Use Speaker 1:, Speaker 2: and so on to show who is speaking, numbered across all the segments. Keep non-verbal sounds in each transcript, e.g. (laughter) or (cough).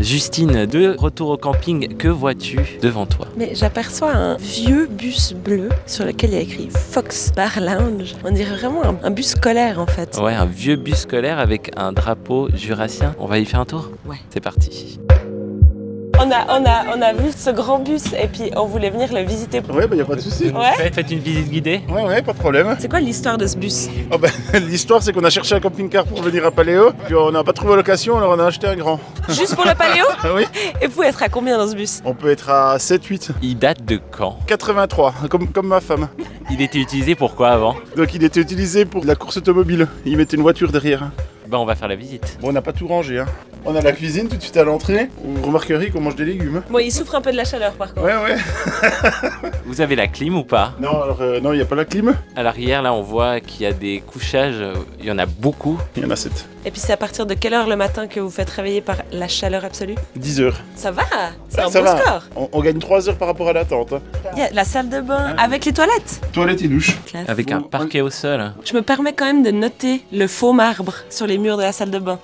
Speaker 1: Justine, de retour au camping, que vois-tu devant toi
Speaker 2: Mais j'aperçois un vieux bus bleu sur lequel il y a écrit Fox Bar Lounge. On dirait vraiment un, un bus scolaire en fait.
Speaker 1: Ouais, un vieux bus scolaire avec un drapeau jurassien. On va y faire un tour
Speaker 2: Ouais.
Speaker 1: C'est parti.
Speaker 2: On a, on, a, on a vu ce grand bus et puis on voulait venir le visiter.
Speaker 3: Ouais, bah y a pas de souci.
Speaker 2: Ouais.
Speaker 1: Faites, faites une visite guidée.
Speaker 3: Ouais, ouais, pas de problème.
Speaker 2: C'est quoi l'histoire de ce bus
Speaker 3: Oh, bah, (laughs) L'histoire, c'est qu'on a cherché un camping-car pour venir à Paléo, puis on n'a pas trouvé location, alors on a acheté un grand.
Speaker 2: Juste pour le paléo
Speaker 3: Ah oui
Speaker 2: Et vous être à combien dans ce bus
Speaker 3: On peut être à 7, 8,
Speaker 1: Il date de quand
Speaker 3: 83, comme, comme ma femme.
Speaker 1: Il était utilisé pour quoi avant
Speaker 3: Donc il était utilisé pour de la course automobile. Il mettait une voiture derrière. hein.
Speaker 1: Ben on va faire la visite.
Speaker 3: Bon, on n'a pas tout rangé. Hein. On a la cuisine tout de suite à l'entrée. Vous remarquerez qu'on mange des légumes.
Speaker 2: Bon, il souffre un peu de la chaleur par contre.
Speaker 3: Ouais, ouais.
Speaker 1: Vous avez la clim ou pas
Speaker 3: Non, alors, euh, non, il n'y a pas la clim.
Speaker 1: À l'arrière, là, on voit qu'il y a des couchages. Il y en a beaucoup.
Speaker 3: Il y en a 7.
Speaker 2: Et puis c'est à partir de quelle heure le matin que vous faites réveiller par la chaleur absolue
Speaker 3: 10 heures.
Speaker 2: Ça va C'est
Speaker 3: Ouais,
Speaker 2: un
Speaker 3: ça
Speaker 2: bon
Speaker 3: va.
Speaker 2: score
Speaker 3: On, on gagne 3 heures par rapport à l'attente. hein.
Speaker 2: Il y a la salle de bain
Speaker 3: Ah.
Speaker 2: avec les toilettes
Speaker 3: Toilette et douche.
Speaker 2: Classe.
Speaker 1: Avec un
Speaker 3: Vous-
Speaker 1: parquet au sol.
Speaker 2: Je me permets quand même de noter le faux marbre sur les murs de la salle de
Speaker 3: (laughs)
Speaker 2: bain.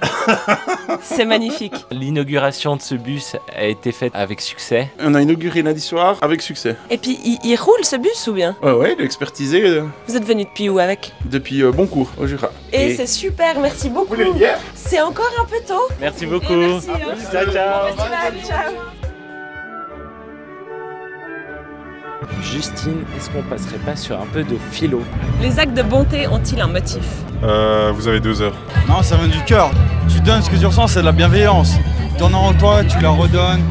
Speaker 2: c'est magnifique.
Speaker 1: L'inauguration de ce bus a été faite avec succès.
Speaker 3: On a inauguré lundi soir avec succès.
Speaker 2: Et puis, il, il roule ce bus ou bien
Speaker 3: Ouais, ouais, il est expertisé euh,
Speaker 2: Vous êtes venu depuis où avec
Speaker 3: depuis euh, Boncourt, au Jura.
Speaker 2: Et,
Speaker 1: Et-
Speaker 2: c'est super, merci beaucoup.
Speaker 3: bières
Speaker 2: C'est encore un peu tôt.
Speaker 1: Merci
Speaker 2: Et merci, hein.
Speaker 1: Ciao,
Speaker 3: Ah,
Speaker 1: ciao.
Speaker 2: Bon festival, ciao.
Speaker 1: Justine, est-ce qu'on passerait pas sur un peu de philo
Speaker 2: Les actes de bonté ont-ils un motif
Speaker 4: Euh, vous avez deux heures.
Speaker 5: Non, ça vient du cœur. Tu donnes ce que tu ressens, c'est de la bienveillance. T'en as en toi, tu la redonnes.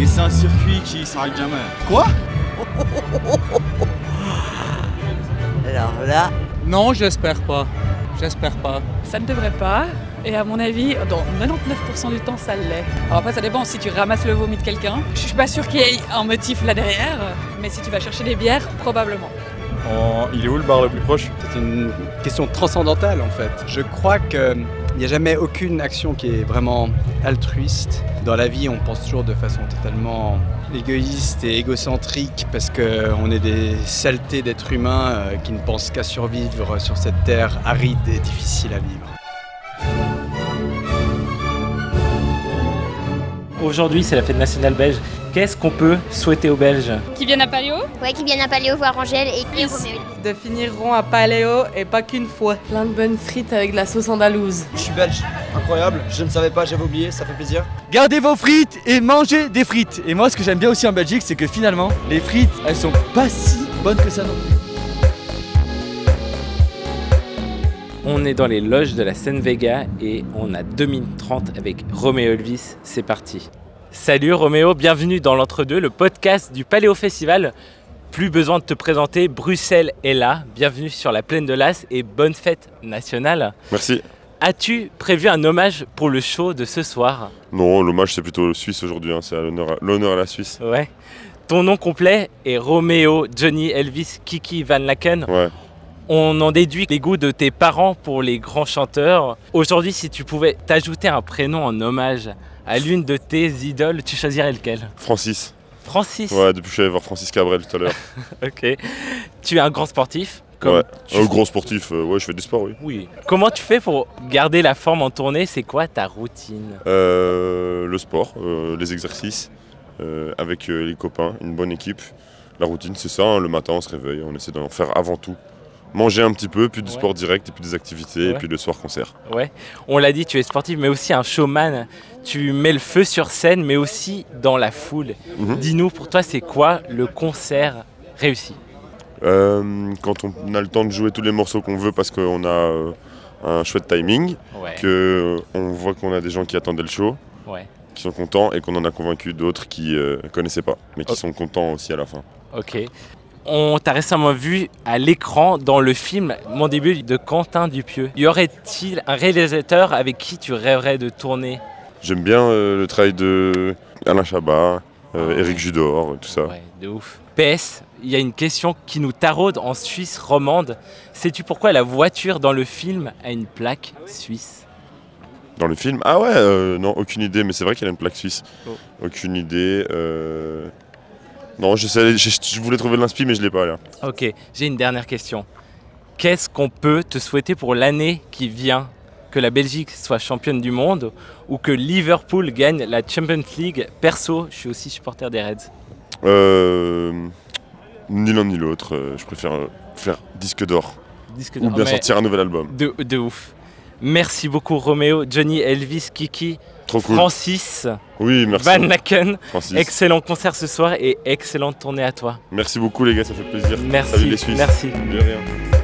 Speaker 5: Et c'est un circuit qui s'arrête jamais. Quoi
Speaker 6: Alors là,
Speaker 7: Non, j'espère pas. J'espère pas.
Speaker 8: Ça ne devrait pas. Et à mon avis, dans 99% du temps, ça l'est. Alors après, ça dépend si tu ramasses le vomi de quelqu'un. Je suis pas sûre qu'il y ait un motif là derrière, mais si tu vas chercher des bières, probablement.
Speaker 4: En- Il est où le bar le plus proche
Speaker 9: C'est une question transcendantale en fait. Je crois qu'il n'y a jamais aucune action qui est vraiment altruiste. Dans la vie, on pense toujours de façon totalement égoïste et égocentrique parce qu'on est des saletés d'êtres humains euh, qui ne pensent qu'à survivre sur cette terre aride et difficile à vivre.
Speaker 1: Aujourd'hui, c'est la fête nationale belge. Qu'est-ce qu'on peut souhaiter aux Belges
Speaker 8: Qui viennent à Paléo
Speaker 10: Ouais, qui viennent à Paléo voir Angèle et
Speaker 8: Et
Speaker 10: et Roméo.
Speaker 7: De finir rond à Paléo et pas qu'une fois.
Speaker 8: Plein de bonnes frites avec de la sauce andalouse.
Speaker 5: Je suis belge. Incroyable. Je ne savais pas, j'avais oublié, ça fait plaisir.
Speaker 9: Gardez vos frites et mangez des frites. Et moi, ce que j'aime bien aussi en Belgique, c'est que finalement, les frites, elles sont pas si bonnes que ça non
Speaker 1: On est dans les loges de la Seine Vega et on a 2 minutes 30 avec Roméo Elvis. C'est parti. Salut Roméo, bienvenue dans l'entre-deux, le podcast du Paléo Festival. Plus besoin de te présenter, Bruxelles est là. Bienvenue sur la plaine de l'As et bonne fête nationale.
Speaker 4: Merci.
Speaker 1: As-tu prévu un hommage pour le show de ce soir
Speaker 4: Non, l'hommage c'est plutôt le Suisse aujourd'hui, hein, c'est à l'honneur à- l'honneur à la Suisse.
Speaker 1: Ouais. Ton nom complet est Roméo Johnny Elvis Kiki Van Laken.
Speaker 4: Ouais.
Speaker 1: On en déduit les goûts de tes parents pour les grands chanteurs. Aujourd'hui, si tu pouvais t'ajouter un prénom en hommage à l'une de tes idoles, tu choisirais lequel
Speaker 4: Francis.
Speaker 1: Francis.
Speaker 4: Ouais, depuis que je suis allé voir Francis Cabrel tout
Speaker 7: (laughs)
Speaker 4: à l'heure.
Speaker 1: Ok. Tu es un grand sportif. Comme
Speaker 4: Ouais.
Speaker 1: tu-
Speaker 4: Un gros sportif, euh, ouais, je fais du sport, oui.
Speaker 1: Oui. Comment tu fais pour garder la forme en tournée C'est quoi ta routine
Speaker 4: Euh, le sport, euh, les exercices, euh, avec euh, les copains, une bonne équipe. La routine, c'est ça, hein, le matin on se réveille, on essaie d'en faire avant tout. Manger un petit peu, puis du
Speaker 1: Ouais.
Speaker 4: sport direct, et puis des activités,
Speaker 1: Ouais.
Speaker 4: et puis le soir concert.
Speaker 1: Ouais. On l'a dit, tu es sportif, mais aussi un showman. Tu mets le feu sur scène, mais aussi dans la foule.
Speaker 4: Mhm.
Speaker 7: Mm-hmm.
Speaker 1: Dis-nous, pour toi, c'est quoi le concert réussi
Speaker 4: Euh, quand on a le temps de jouer tous les morceaux qu'on veut parce qu'on a euh, un chouette timing,
Speaker 1: Ouais.
Speaker 4: que euh, on voit qu'on a des gens qui attendaient le show,
Speaker 1: Ouais.
Speaker 4: qui sont contents et qu'on en a convaincu d'autres qui euh, connaissaient pas, mais qui
Speaker 1: Oh.
Speaker 4: sont contents aussi à la fin.
Speaker 1: Ok. On t'a récemment vu à l'écran dans le film Mon début de Quentin Dupieux. Y aurait-il un réalisateur avec qui tu rêverais de tourner
Speaker 4: J'aime bien euh, le travail de Alain Chabat, euh, Eric Judor, tout ça.
Speaker 1: Ah Ouais, de ouf. PS, il y a une question qui nous taraude en Suisse romande. Sais-tu pourquoi la voiture dans le film a une plaque suisse
Speaker 4: Dans le film Ah ouais, euh, non, aucune idée, mais c'est vrai qu'il a une plaque suisse.
Speaker 1: Oh.
Speaker 4: Aucune idée. euh, Non, j'essaie- je, je voulais trouver de l'inspi, mais je l'ai pas là.
Speaker 1: Ok, j'ai une dernière question. Qu'est-ce qu'on peut te souhaiter pour l'année qui vient Que la Belgique soit championne du monde ou que Liverpool gagne la Champions League Perso, je suis aussi supporter des Reds.
Speaker 4: Euh, ni l'un ni l'autre. euh, je préfère euh, faire disque d'or.
Speaker 1: Disque
Speaker 4: Ou
Speaker 1: d'or,
Speaker 4: bien
Speaker 1: Ah mais-
Speaker 4: sortir un nouvel album.
Speaker 1: De, de ouf. Merci beaucoup Roméo, Johnny, Elvis, Kiki,
Speaker 4: Trop cool.
Speaker 1: Francis,
Speaker 4: Oui, merci.
Speaker 1: Van Laken.
Speaker 4: Francis.
Speaker 1: Excellent concert ce soir et excellente tournée à toi.
Speaker 4: Merci beaucoup les gars, ça fait plaisir.
Speaker 1: Merci,
Speaker 4: Salut les Suisses.
Speaker 1: merci.
Speaker 4: De rien.